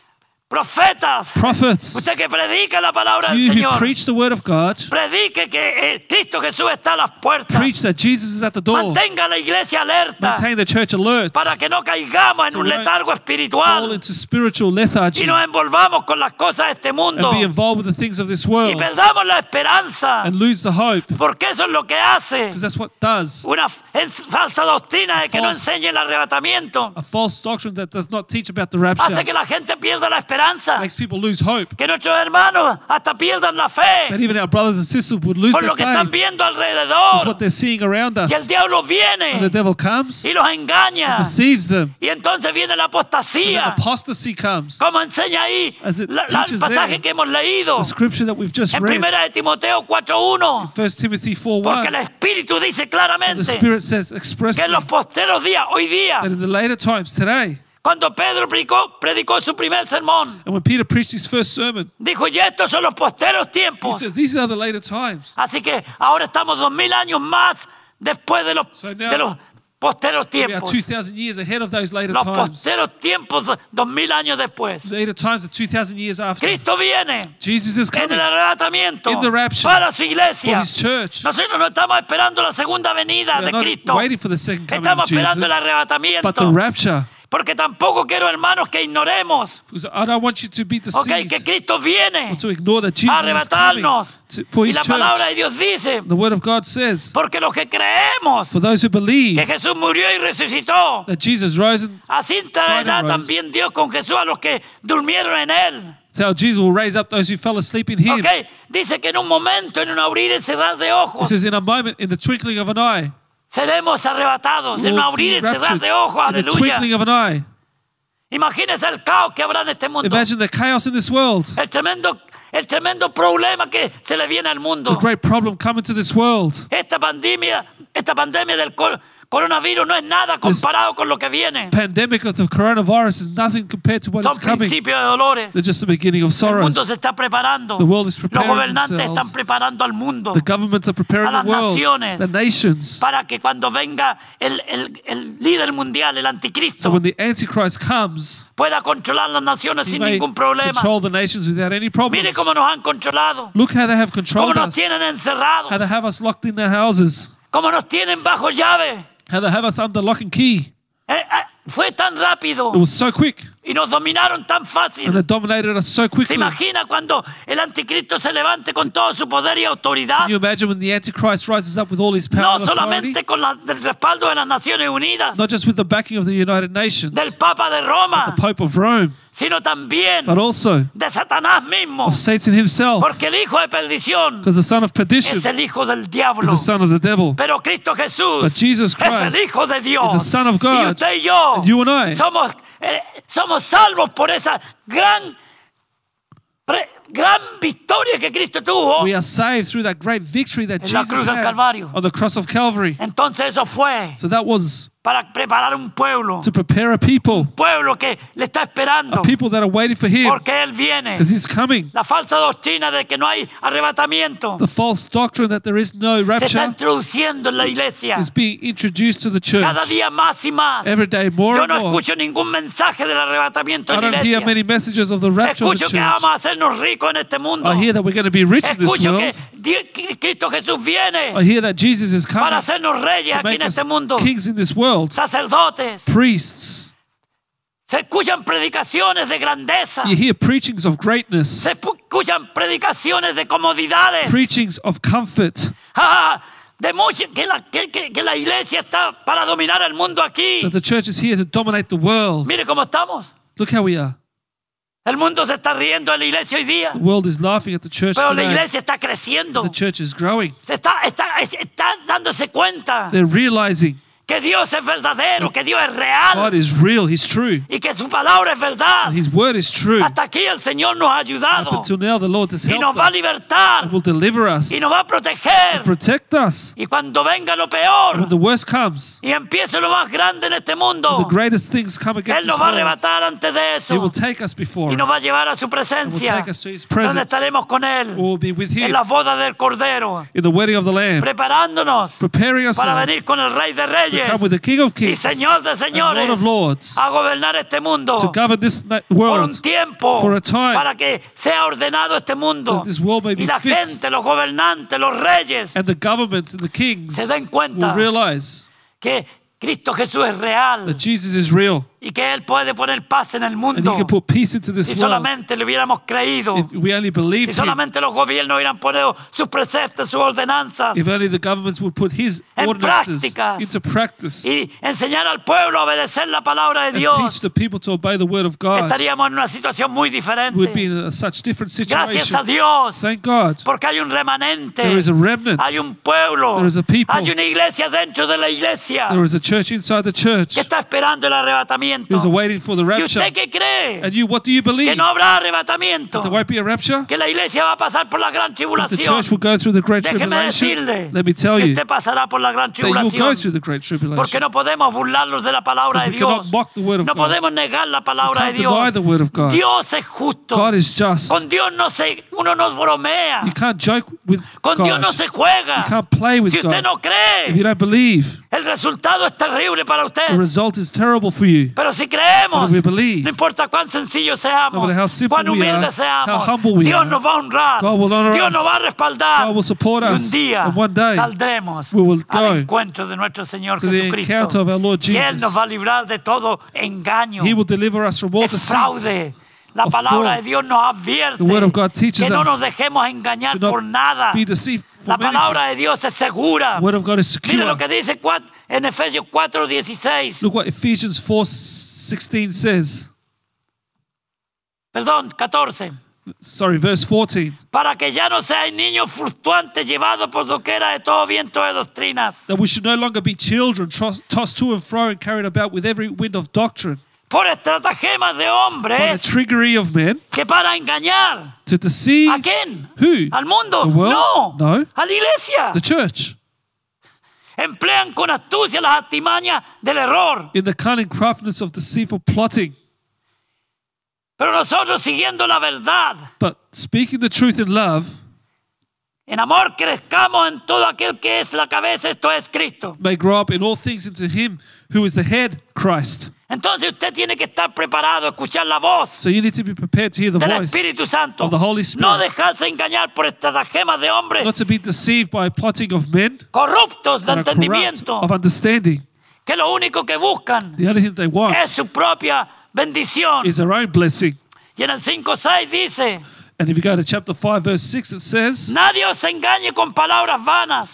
profetas,
prophets,
usted que predica la palabra del
you who
Señor,
preach the word of God,
predique que eh, Cristo Jesús está a las puertas.
preach that Jesus is at the door.
Mantenga la iglesia alerta
Maintain the church alert.
para que no caigamos en
So
un
we don't
letargo
Fall
espiritual
into spiritual
y
lethargy
nos envolvamos con las cosas de este mundo
and be involved with the things of this
y
world
perdamos la esperanza,
and lose the hope
porque eso es lo que hace
because that's what does.
una f- en- falsa doctrina de que no
False.
enseñe el arrebatamiento.
A false doctrine that does not teach about the rapture
Hace que la gente pierda la esperanza,
makes people lose hope.
que nuestros hermanos hasta pierdan la
That
fe
even our brothers and sisters would lose
por
their
lo que están
faith
viendo
with what
alrededor.
they're seeing around us.
Y el diablo
And the
viene
devil comes,
y los engaña.
deceives them.
Y entonces viene la
And then
apostasía.
apostasy comes.
Como enseña ahí
As it
la- la- el
teaches
pasaje
there.
que hemos leído
The scripture that we've just
en
read,
primera de Timoteo 4.1.
1 Timothy 4
Porque el
1,
Espíritu dice
the
claramente
Spirit says
que
expressly
en los
that
posteros días, hoy día,
in the later times today,
cuando Pedro predicó, predicó su primer sermón,
and when Peter preached his first sermon,
dijo, y estos son los posteros
he
tiempos.
said, These are the later times.
Así que ahora estamos dos mil años más después de los,
So now-
de los posteros
We are
tiempos.
2,000 years ahead of those later
Los
times.
posteros tiempos, dos mil años después.
Later times are 2,000 years after.
Cristo viene
Jesus is
en
coming
el arrebatamiento
In the rapture.
para su
for
iglesia.
his church.
Nosotros no estamos esperando la segunda venida
We
de
are not
Cristo.
waiting for the second coming of
Estamos esperando el
Jesus, but the
arrebatamiento.
rapture.
Porque tampoco quiero, hermanos, que ignoremos
Because I don't want you to be
ok,
deceived
que Cristo viene
or to ignore that Jesus
a
is coming
arrebatarnos.
to- for
Y
his
la
church.
palabra de Dios dice,
The word of God says,
porque los que creemos
for those who
que
believe
Jesús murió y resucitó,
that Jesus rose and
Así traerá
Rose.
también Dios con Jesús a los que durmieron en él.
how Jesus will raise up those who fell asleep in him.
¿Ok? Dice que en un momento, en un abrir y cerrar de
It
ojos,
says, in a moment, in the twinkling of an eye,
seremos arrebatados.
we
En
will
un
be
abrir y cerrar
raptured.
de ojos,
in the
aleluya.
twinkling of an eye.
Imagínense el caos que habrá en este mundo.
Imagine the chaos in this world,
El tremendo, el tremendo problema que se le viene al
the
mundo.
great problem coming to this world.
Esta pandemia, esta pandemia del cor- coronavirus no es nada comparado con lo que viene.
Pandemic of the coronavirus is nothing compared to what is
Son
coming.
principios de dolores.
They're just the beginning of
El
sorrows.
mundo se está preparando.
The world is
Los
preparing
gobernantes
themselves.
están preparando al mundo.
The governments are preparing
a
the
las
world,
naciones.
the nations.
para que cuando venga el, el- el líder mundial, el
So
anticristo,
when the Antichrist comes,
pueda controlar las naciones
he
sin
may
ningún problema.
control the nations without any problems.
Mire cómo nos han controlado,
Look how they have
cómo
controlled
nos
us,
tienen
how
encerrados,
they have us locked in their houses,
cómo nos tienen bajo llave.
how they have us under lock and key.
Eh, eh, fue tan rápido
It was so quick,
y nos dominaron tan
and
fácil.
they dominated us so
¿Se
quickly. Can
imagina cuando el anticristo se levante con todo su poder y autoridad?
you imagine when the Antichrist rises up with all his power
No
and authority?
solamente con la- el respaldo de las Naciones Unidas,
Not just with the backing of the United Nations,
del Papa de
the
Roma,
Pope of Rome,
sino también
but also
de Satanás mismo.
of Satan himself,
Porque el hijo de perdición
because the son of perdition
es
is
el hijo del diablo.
the son of the devil.
Pero Cristo Jesús
But Jesus
es el
Christ
hijo de Dios.
is the Son of God.
Y usted y yo
And you and I.
Somos, eh, somos salvos por esa gran, pre- gran victoria que Cristo tuvo.
We are saved through that great victory that
En la
Jesus
cruz del
had
Calvario.
on the cross of Calvary.
Entonces eso fue
So that was
para preparar un pueblo.
to prepare a people,
pueblo que le está
a
esperando
people that are waiting for Him,
porque Él viene.
because He's coming.
La falsa doctrina de que no hay arrebatamiento
The false doctrine that there is
se
no
está
rapture
introduciendo en la iglesia.
is being introduced to the church
Cada día más y más.
every day more
Yo
and
no
more.
escucho ningún mensaje del arrebatamiento
I
en la
don't hear
iglesia.
many messages of the rapture of the
Escucho que
church.
vamos a hacernos ricos en este mundo.
I hear that we're going to be rich in this
Escucho que
world.
Di- Cri- Cristo Jesús
I
viene
hear that Jesus is
para
coming
hacernos reyes
to
aquí en
make us
este mundo.
kings in this world,
Sacerdotes.
priests.
Se escuchan predicaciones de grandeza.
You hear preachings of greatness,
Se pu- escuchan predicaciones de comodidades.
preachings of comfort,
Ah, de mucho, que, la, que- que- que la iglesia está para dominar el mundo aquí.
that the church is here to dominate the world.
Mire cómo estamos.
Look how we are.
El mundo se está riendo de la iglesia hoy día.
The world is laughing at the church
Pero la
today.
iglesia está creciendo.
The church is growing.
Se está, está, es- está dándose cuenta
They're realizing
que Dios es verdadero, que Dios es real
God is real. He's true.
y que su palabra es verdad.
His word is true.
Hasta aquí el Señor nos ha
Up
ayudado
until now, the Lord has
y nos
helped
va a
us.
libertar
He will deliver us.
y nos va a proteger.
Protect us.
Y cuando venga lo peor
When the worst comes,
y empiece lo más grande en este
the
mundo,
greatest things come
Él
against
nos va a
us.
arrebatar antes de
He
eso
will take us before.
y
He
nos va a llevar a su
will
presencia,
take us to His
donde
presence. Oh,
estaremos con
We will
Él
be with
en
Him
la boda del Cordero,
in the wedding of the Lamb,
preparándonos
preparing
para
ourselves
venir con el Rey de
to
Reyes
come with the King of
y
Kings
Señor de
and Lord
Señores
of Lords
a gobernar este mundo
to govern this na-
por un
world.
tiempo
for a time,
para que sea ordenado este mundo
so this world may be
y la
fixed.
gente, los gobernantes, los reyes
And the governments and the kings
Se den cuenta.
will realize
que Cristo Jesús es real
that Jesus is real
y que Él puede poner paz en el
and He
mundo
can put peace
si
into this world.
solamente le hubiéramos creído.
If we only
Si
believed Him,
solamente los gobiernos hubieran puesto sus preceptos, sus ordenanzas
if only the governments would put His
En
ordinances
prácticas.
into practice
y enseñar al pueblo a obedecer la palabra de
and teach
Dios,
the people to obey the word of God,
estaríamos en una situación muy
we'd be
diferente.
in a, such different
Gracias a
situation.
Dios,
Thank God.
porque hay un remanente,
There is a remnant.
hay un pueblo,
There is a people.
hay una iglesia dentro de la iglesia
There is a church inside the church
que está esperando el arrebatamiento.
who's waiting for the
¿Y
rapture.
usted qué cree?
And you, what do you
Que
believe?
no habrá arrebatamiento,
There won't be a rapture?
que la iglesia va a pasar por la gran
The
tribulación.
church will go through the great
Déjeme
tribulation.
decirle
Let me tell
que
you
usted
that
pasará por la gran
you will go through
tribulación.
the great
Porque
tribulation.
no podemos burlarnos de la palabra de
Because we cannot
Dios.
mock the word of
No
God.
podemos negar la palabra de
can't deny the word of
Dios.
God.
Dios es justo.
God is just.
Con Dios no se, uno no bromea.
You can't joke with
Con Dios no
God.
se juega.
You can't play with
Si usted
God.
no
If you
cree,
don't believe,
el resultado es terrible para
the
usted.
result is terrible for you.
Pero si creemos,
But we believe.
no importa cuán sencillo seamos,
No matter how simple
cuán
we
humildes
are,
seamos,
how humble we
Dios
are,
nos va a honrar,
God will honor
Dios
us.
nos va a respaldar.
God will support
y un
us.
día
And one day,
saldremos
we will
al
go
encuentro de nuestro Señor
to the encounter
Jesucristo.
of our Lord
Y Él
Jesus.
nos va a librar de todo engaño,
He will deliver us from all
de
the sins.
fraude. La
of
palabra
fraud.
de Dios nos advierte
The word of God teaches
que no
us
nos dejemos engañar
to not
por nada.
Be deceived
La
from anything.
palabra de Dios es segura.
The word of God is
Mire lo
secure.
que dice cua- en Efesios 4:16.
Look what Ephesians 4.16 says.
Perdón, 14.
Sorry, verse 14.
Para que ya no seáis niños fluctuantes llevados por doquiera de todo viento de doctrinas,
That we should no longer be children tros- tossed to and fro and carried about with every wind of doctrine.
por estratagemas de
By the
hombres
trickery of men
que para engañar.
to deceive
¿A quién?
Who?
¿Al mundo?
The world?
No.
No.
A la iglesia.
the church.
Emplean con astucia las artimañas del error.
in the cunning craftiness of deceitful plotting,
Pero nosotros siguiendo la verdad,
but speaking the truth in love,
en amor crezcamos en todo aquel que es la cabeza, esto es Cristo.
may grow up in all things into Him who is the head, Christ.
Entonces usted tiene que estar preparado a escuchar la voz.
So you need to be prepared to hear the
del
voice,
Espíritu Santo.
of the Holy Spirit.
No dejarse engañar por estratagemas de hombres
not to be deceived by plotting of men
corruptos de
that are corrupt
entendimiento,
of understanding.
que lo único que buscan
The only thing they want
es su propia bendición.
is their own blessing.
Y en el 5.6 dice,
And if you go to chapter 5, verse 6, it says,
nadie os engañe con palabras vanas,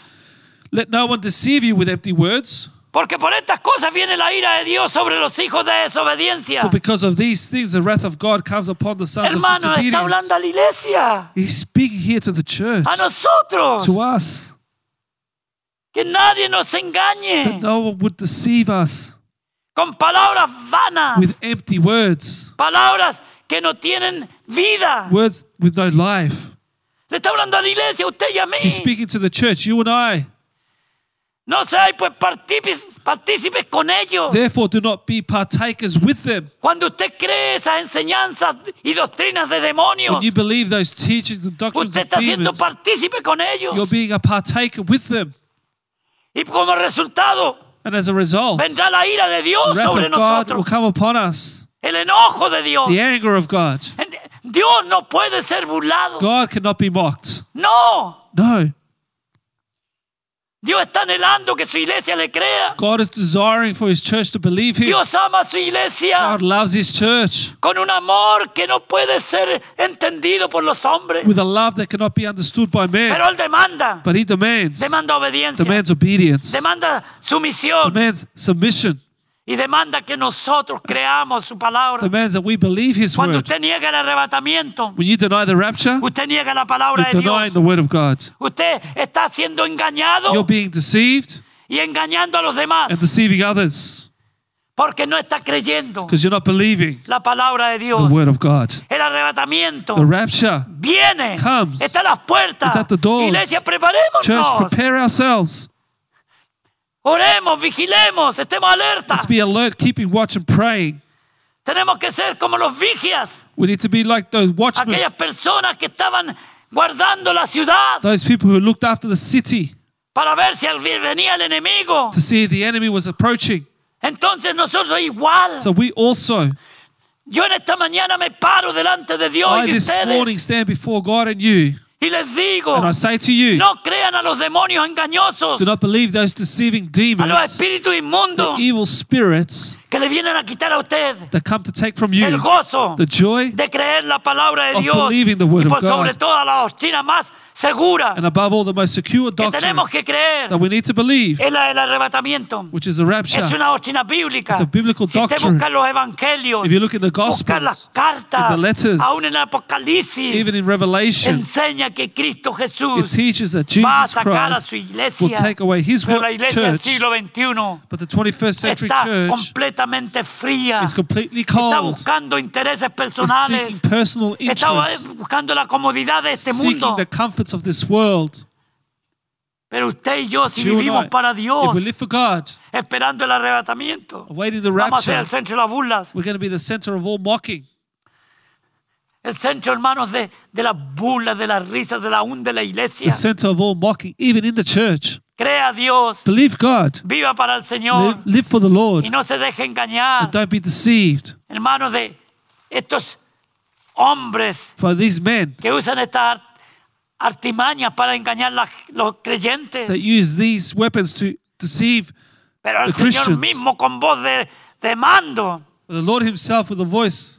Let no one deceive you with empty words,
porque por estas cosas viene la ira de Dios sobre los hijos de desobediencia.
for because of these things the wrath of God comes upon the sons of
Hermano, está
disobedience.
hablando a Ah, la iglesia,
He's speaking here to the church,
a nosotros,
to us,
que nadie nos
that
engañe
no one would deceive us.
con palabras vanas,
with empty words,
palabras que no tienen vida.
words with no life.
Le está hablando a la iglesia, usted y a mí.
He's speaking to the church, you and I.
No seáis pues partícipes, partícipes con ellos.
Therefore, do not be partakers with them.
Cuando usted cree esas enseñanzas y doctrinas de
When
demonios,
you believe those teachings and doctrines
usted
of
está siendo
demons,
partícipe con
you're
ellos.
being a partaker with them.
Y como resultado,
And as a result, the
vendrá la ira de Dios
wrath
sobre
of God will
nosotros.
come upon us,
El enojo de Dios.
the anger of God.
Ent- Dios no puede ser burlado.
God cannot be mocked.
No.
No.
Dios está anhelando que su iglesia le crea.
God is desiring for his church to believe him.
Dios ama a su iglesia
God loves his church
con un amor que no puede ser entendido por los hombres.
with a love that cannot be understood by man.
Pero Él demanda.
But he demands,
Demanda obediencia.
demands obedience,
demanda sumisión.
demands submission.
Y demanda que nosotros creamos su palabra.
demands that we believe his
Cuando
word.
usted niega el arrebatamiento,
When you deny the rapture,
usted niega la palabra de
you're
Dios.
denying the word of God.
Usted está siendo engañado
You're being deceived
y engañando a los demás
and deceiving others
porque no está creyendo
because you're not believing
la palabra de Dios.
the word of God.
El arrebatamiento
The rapture.
viene,
comes.
está a las puertas.
It's at the doors.
Iglesia,
Church,
preparémonos,
prepare ourselves.
oremos, vigilemos, estemos alerta.
Let's be alert, keeping watch and praying.
Tenemos que ser como los vigias,
We need to be like those watchmen,
aquellas personas que estaban guardando la ciudad
those people who looked after the city
para ver si al- venía el enemigo.
to see if the enemy was approaching.
Entonces nosotros igual.
So we also,
Yo en esta mañana me paro delante de Dios
I
y de
this morning
ustedes
stand before God and you,
y les digo,
and I say to
Oh.
you,
no crean a los demonios engañosos,
do not believe those deceiving
a los
demons,
espíritus
the
inmundos
evil spirits
que le vienen a quitar a usted
that come to take from
el
you
gozo
the joy
de creer la palabra de
of
Dios
believing the
y
word of
por
God.
sobre todo la doctrina más segura
and above all the most secure
que
doctrine
tenemos que creer
that we need to believe,
es la del arrebatamiento.
which is the
Es
rapture.
una doctrina bíblica.
It's a biblical
si usted
doctrine.
busca los evangelios,
If you look in the
busca
Gospels,
las cartas,
in the letters,
aún en Apocalipsis,
even in Revelation,
enseña que Cristo Jesús
it teaches that
va a
Jesus
sacar a
Christ
su iglesia.
will take away his
Pero la
wo-
iglesia del
church,
siglo XXI
but the 21st century
está
church
completamente fría.
is completely
Está
cold,
buscando intereses
is
personales.
seeking personal
Está
interests,
buscando la comodidad de este
seeking
mundo.
the comforts of this world.
Pero usted y yo, si
You and
vivimos
I,
para
If
Dios,
we live for God,
esperando el arrebatamiento,
awaiting the
vamos a ser
rapture,
el centro de las burlas.
we're going to be the center of all mocking.
El centro, hermanos, de, de las burlas, de las risas, de la aún de la
The
iglesia.
center of all mocking, even in the church.
Crea a Dios,
Believe God.
viva para el Señor
Live, live for the Lord.
y no se deje engañar.
And don't be deceived
hermanos, de estos hombres
by these men
que usan estas ar- artimañas para engañar a los
that
creyentes.
use these weapons to deceive.
Pero el
the
Señor
Christians.
mismo con voz de, de mando,
The Lord Himself, with the voice,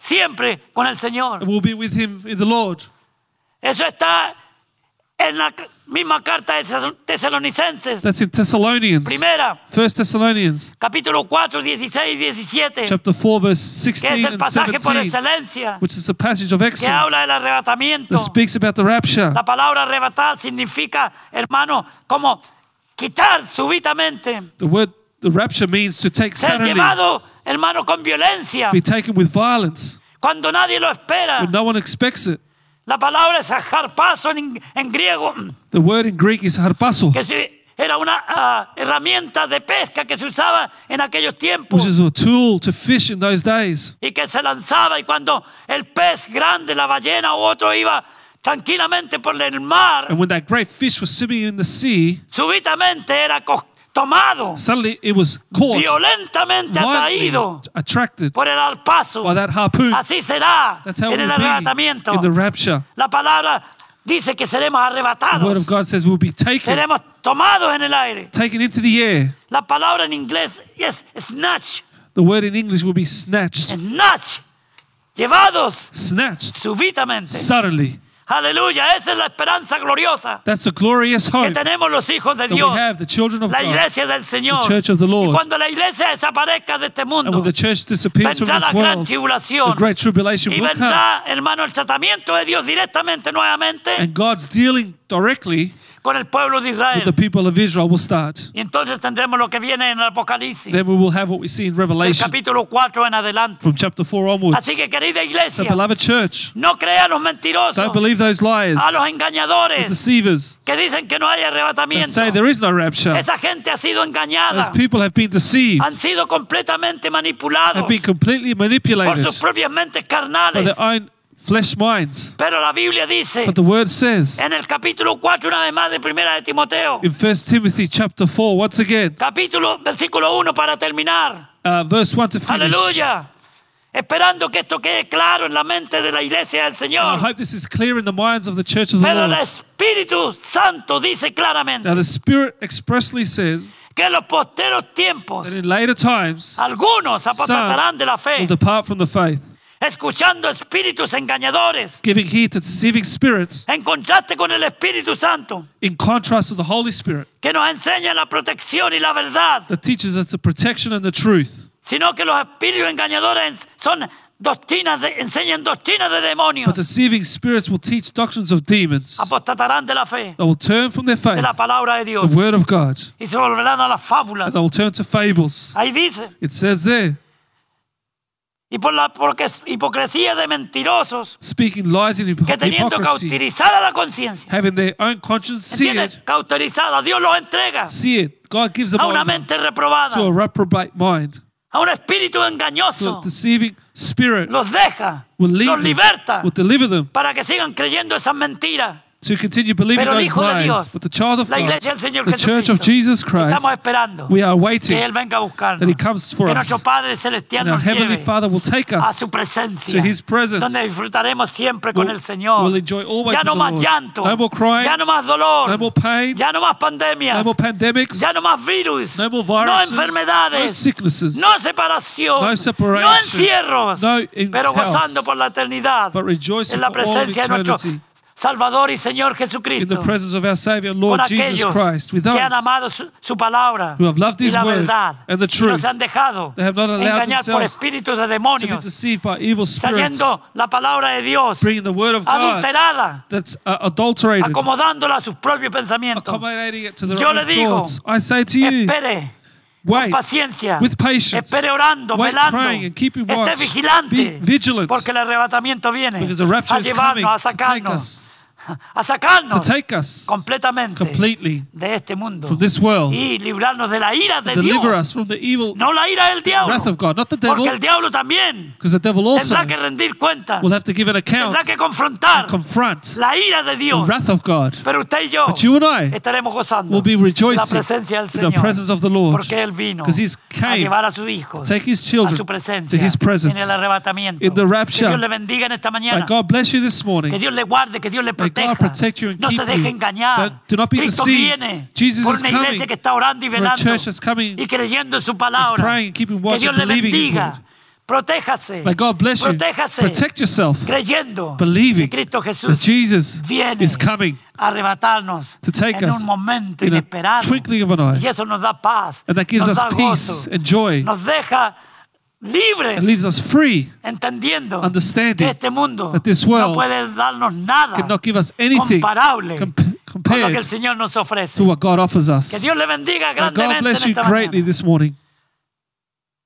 siempre con el Señor.
and we'll be with Him in the Lord.
Eso está en la ca- misma carta de Tesal- Tesalonicenses,
That's in Thessalonians,
primera,
First Thessalonians,
capítulo 4, 16 y 17,
chapter four, verse
que es
sixteen
el
and
pasaje por
seventeen,
excelencia
which is a passage of
que habla
excellence
del arrebatamiento.
that speaks about the rapture.
La palabra arrebatar significa, hermano, como quitar súbitamente,
The word the rapture means to take
ser
suddenly,
llevado, hermano, con violencia,
be taken with violence
cuando nadie lo espera.
when no one expects it.
La palabra es ajarpazo en- en griego.
The word in Greek is harpaso,
que se- era una ah, herramienta de pesca que se usaba en aquellos
which
tiempos
is a tool to fish in those days.
y que se lanzaba y cuando el pez grande, la ballena u otro iba tranquilamente por el mar,
And when that great fish was swimming in the sea,
súbitamente era co- tomado,
suddenly it was caught,
violentamente
violently
atraído
attracted
por el alpazo.
by that harpoon.
Así será
That's how
en el
we'll
arrebatamiento.
be in the rapture.
La palabra dice que seremos
The word of
arrebatados,
God says we'll be taken,
seremos tomados en el aire.
taken into the air.
La palabra en inglés es snatch.
The word in English will be snatched,
snatch, llevados
snatched
súbitamente.
suddenly.
Aleluya, esa es la esperanza gloriosa
That's a glorious
que
hope that
tenemos los hijos de
we
Dios,
have, the children of
la
God.
iglesia del Señor.
the church of the Lord.
Y cuando la iglesia desaparezca de este
And
mundo,
when the church disappears from
vendrá la
this
gran
world, the
tribulación
great tribulation
y
will come.
vendrá, hermano, el tratamiento de Dios directamente nuevamente
And God's dealing directly
con el pueblo de
with the
Israel.
people of Israel will start.
Y entonces tendremos lo que viene en el Apocalipsis,
Then we will have what we see in
del
Revelation
capítulo 4 en adelante.
from chapter 4 onwards.
Así que, querida
So,
iglesia,
beloved church,
no crea a los mentirosos,
don't believe those liars,
a los engañadores,
deceivers
que dicen que no hay
that
arrebatamiento.
say there is no rapture.
Esa gente ha sido
Those
engañada,
people have been deceived,
han sido completamente manipulados
have been completely
por
manipulated
sus propias mentes
by
carnales.
their own flesh minds.
Pero la Biblia dice
But the word says
en el capítulo 4, una vez más, de Primera de Timoteo,
in 1 Timothy chapter 4, once again,
capítulo, versículo 1 para terminar.
uh, verse 1 to finish.
Aleluya. Esperando que esto quede claro en la mente de la iglesia del
I
Señor.
hope this is clear in the minds of the Church of the
Pero el
Lord.
Espíritu Santo dice
Now,
claramente
the Spirit expressly says
que en los posteros tiempos
that in later times
algunos apostatarán de la
will
fe,
depart from the faith,
escuchando espíritus engañadores,
giving heed to deceiving spirits
en contraste con el Espíritu Santo,
in contrast to the Holy Spirit
que nos enseña la protección y la verdad,
that teaches us the protection and the truth.
sino que los espíritus engañadores son doctrinas, de- enseñan doctrinas de demonios,
But deceiving spirits will teach doctrines of demons
apostatarán de la fe,
that will turn from their
de
faith,
la palabra de
the
Dios,
Word of God,
y se volverán a las fábulas.
and they will turn to fables.
Ahí dice,
It says there,
y por la porque- hipocresía de mentirosos,
speaking lies and hypo-
que teniendo
hypocrisy,
cauterizada la conciencia,
having their own conscience
¿entiendes?
seared,
Cauterizada, Dios los entrega
seared. God gives them
a una
over
mente reprobada,
to a reprobate mind.
a un espíritu
So
engañoso,
a deceiving spirit
los deja,
will lead
los
them,
liberta,
will deliver them
para que sigan creyendo esas mentiras.
to continue believing
Pero el
those
Hijo de
lies.
Dios,
but the child of
la
God,
iglesia del Señor
the church of
Jesucristo,
Jesus Christ,
Estamos esperando
we are
que
waiting
Él venga a buscarnos,
that He comes for
que
us,
nuestro Padre Celestial
and our
nos
Heavenly
lleve
Father will take
a
us.
su presencia,
to His presence.
donde disfrutaremos siempre con
We'll-
el Señor.
we'll enjoy always
ya no
with the
más
Lord.
llanto,
No more crying,
ya no más dolor,
No more pain,
ya no más pandemias,
no more pandemics,
ya no más virus,
no more
no
viruses, no
enfermedades,
sicknesses,
no separación,
no separation,
no encierros,
no in
pero gozando
house,
por la eternidad,
but rejoicing
en la
for all of
presencia de nuestro
eternity
Salvador y Señor
in the
Jesucristo.
presence of our Savior and Lord
con
Jesus
aquellos
Christ, with
que han
us
amado su, su palabra
who have loved
y
His
la
word
verdad
and the
y no
truth.
se han dejado
They have not allowed
engañar por
themselves
espíritus de
to be
demonios,
deceived by evil spirits,
saliendo la palabra de Dios
bringing the Word of God
adulterada,
that's uh, adulterated,
acomodándola a sus propios pensamientos.
accommodating it to their
Ah, Yo
own
le digo,
thoughts. I say to you,
Espere con
wait,
paciencia,
with patience,
espere orando,
wait
velando,
praying and keeping watch,
esté vigilante,
be vigilant,
porque el arrebatamiento viene
because the rapture
a
is coming
llevarnos, a
to take
sacarnos,
us,
a sacarnos
to take us
completamente
completely
de este mundo
from this world,
y librarnos de la ira de Dios.
deliver us from the evil
No la ira del diablo.
wrath of God, not the
Porque
devil,
el diablo también
because the devil also
tendrá que rendir cuenta.
will have to give an account,
Tendrá que confrontar
confront
la ira de
the
Dios.
wrath of God.
Pero usted y yo
But you and I
estaremos gozando
will be
de la
rejoicing
presencia del
in the
Señor.
presence of the Lord,
porque Él vino
'cause he's
a
came
llevar a sus hijos
take his
a
children
su presencia
to his presence,
en el arrebatamiento.
in the
que
rapture.
Dios le bendiga en esta mañana.
May God bless you this
que
morning.
Dios le guarde, que Dios le
May
proteja.
God protect you and
no
keep
se deje
you.
engañar.
Don't- do not be
Cristo
deceived.
viene
Jesus
por
is
una iglesia
coming
que está orando y
for a
velando
church that's coming,
y creyendo en su palabra.
is praying, keeping watch
que Dios
and
le
believing his
bendiga.
word.
Protéjase.
May God bless you.
Protéjase.
Protect yourself,
creyendo
believing
que Cristo
that
Jesús
Jesus
viene
is coming.
a arrebatarnos
to take
en
us
un momento
in a
inesperado.
twinkling of an eye.
Y eso nos da paz.
And that gives
nos
us
da
peace
gozo,
and joy.
Nos deja libres.
It leaves us free.
entendiendo
Understanding
que este mundo
that this
no
world
puede darnos nada
cannot give us anything
comparable
com-
con lo que el
compared
Señor nos ofrece.
to what God offers us.
Que Dios le bendiga
May God
grandemente
bless
en
you
esta
greatly
mañana.
this morning.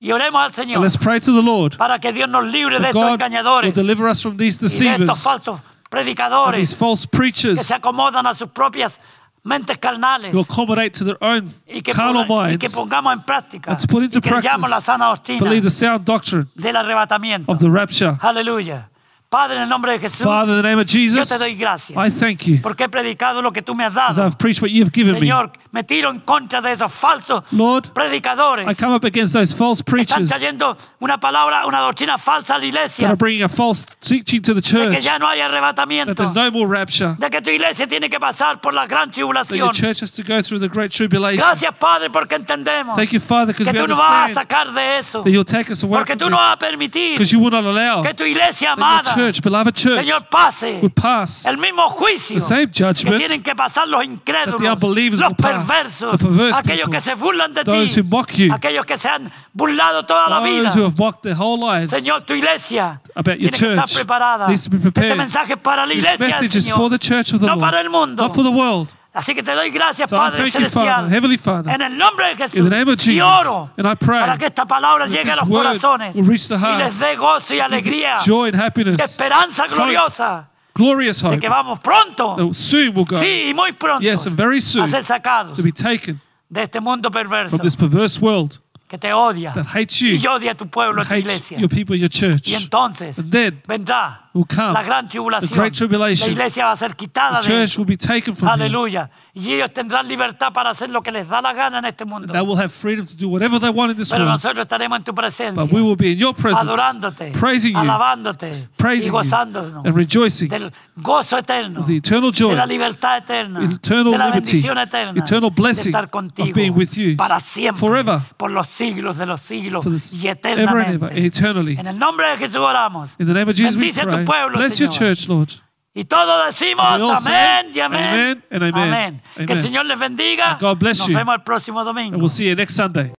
Y oremos al
And
Señor
let's pray to the Lord.
para que Dios nos libre de
that
estos
God will
engañadores y
deliver us from these
de estos
deceivers
falsos
and these
predicadores
false
que
preachers
se acomodan a sus propias mentes carnales
who accommodate to their own
y que,
carnal
ponga- y que
minds,
pongamos en práctica
and to put into
y creyamos
practice
la sana doctrina
believe the sound doctrine
del arrebatamiento.
of the rapture.
Aleluya. Padre, en el nombre de Jesús,
Father, in the name of Jesus,
Yo te doy gracias.
I thank you
porque he predicado lo que tú me has
as
dado.
I've preached what you've given me.
Señor, me tiro en contra de esos falsos
Lord,
predicadores
I come up against those false
que están
preachers that
trayendo una palabra, una doctrina falsa a la
are
iglesia
bringing a false teaching to the
de que
church
ya no hay arrebatamiento,
that there's no more rapture,
de que tu iglesia tiene que pasar por la gran
that your
tribulación.
church has to go through the great tribulation.
Gracias, Padre, porque entendemos
Thank you, Father, because
que
we
tú nos vas a
understand that
sacar de eso,
you'll take us away
porque
from
tú no
this,
vas a permitir
because you will not allow
que
that
tu iglesia
your
amada,
church, beloved church,
Señor, pase
would pass
el mismo juicio
the same
que
judgment
tienen que pasar los
the
incrédulos,
unbelievers
los
will pass,
perversos,
the perverse
aquellos que
people,
se burlan de ti,
those who mock you,
aquellos que se han burlado toda la vida.
Those who have walked their whole lives.
Señor, tu iglesia
About
tiene
your
que estar
church
preparada.
needs to be
Este
prepared.
mensaje es para la
this
iglesia,
message is
Señor.
for the church of the
no
Lord,
para el mundo.
not for the world.
Así que te doy gracias,
So I
Padre
thank you,
Celestial.
Father, Heavenly Father,
en el nombre de Jesús,
in the name of
y
Jesus,
oro
and I pray
para que esta palabra llegue a
this
los
word
corazones
will reach the
y les
hearts,
dé gozo y alegría,
Joy and happiness,
uh, esperanza
hope,
gloriosa
glorious hope,
de que vamos pronto,
that soon will go
sí, y muy pronto,
Yes, and very soon,
a ser sacados
to be taken
de este mundo perverso
from this perverse world
que te odia
that hates
y
you,
odia a tu pueblo, a tu
hates
iglesia.
your people, your church.
Y entonces
And then
vendrá
will will
la
come.
gran tribulación.
The great
La
tribulation.
iglesia va a ser quitada
The
de
church
ellos.
will be taken from him.
Aleluya. Y ellos tendrán libertad para hacer lo que les da la gana en este mundo.
They will have freedom to do whatever they want in this
Pero
world.
nosotros estaremos en tu presencia,
But we will be in your presence,
adorándote,
praising you,
alabándote y
praising you,
gozándonos
and rejoicing
del gozo eterno,
the eternal joy,
de la libertad eterna,
eternal
de la
liberty,
bendición eterna,
eternal blessing
de estar contigo
of being with you
para siempre,
forever,
por los siglos de los siglos
for this
y
ever and
eternamente.
ever, and eternally.
En el nombre de Jesús oramos.
In the name of Jesus, we
Bendice a
pray.
tu pueblo,
Bless your
Señor.
church, Lord.
Y todos decimos
And we all say,
amén y amén.
Amen and amen.
Amén. Que el
Amen.
Señor les bendiga.
And God bless
Nos
you.
vemos el próximo domingo.
And we'll see you next Sunday.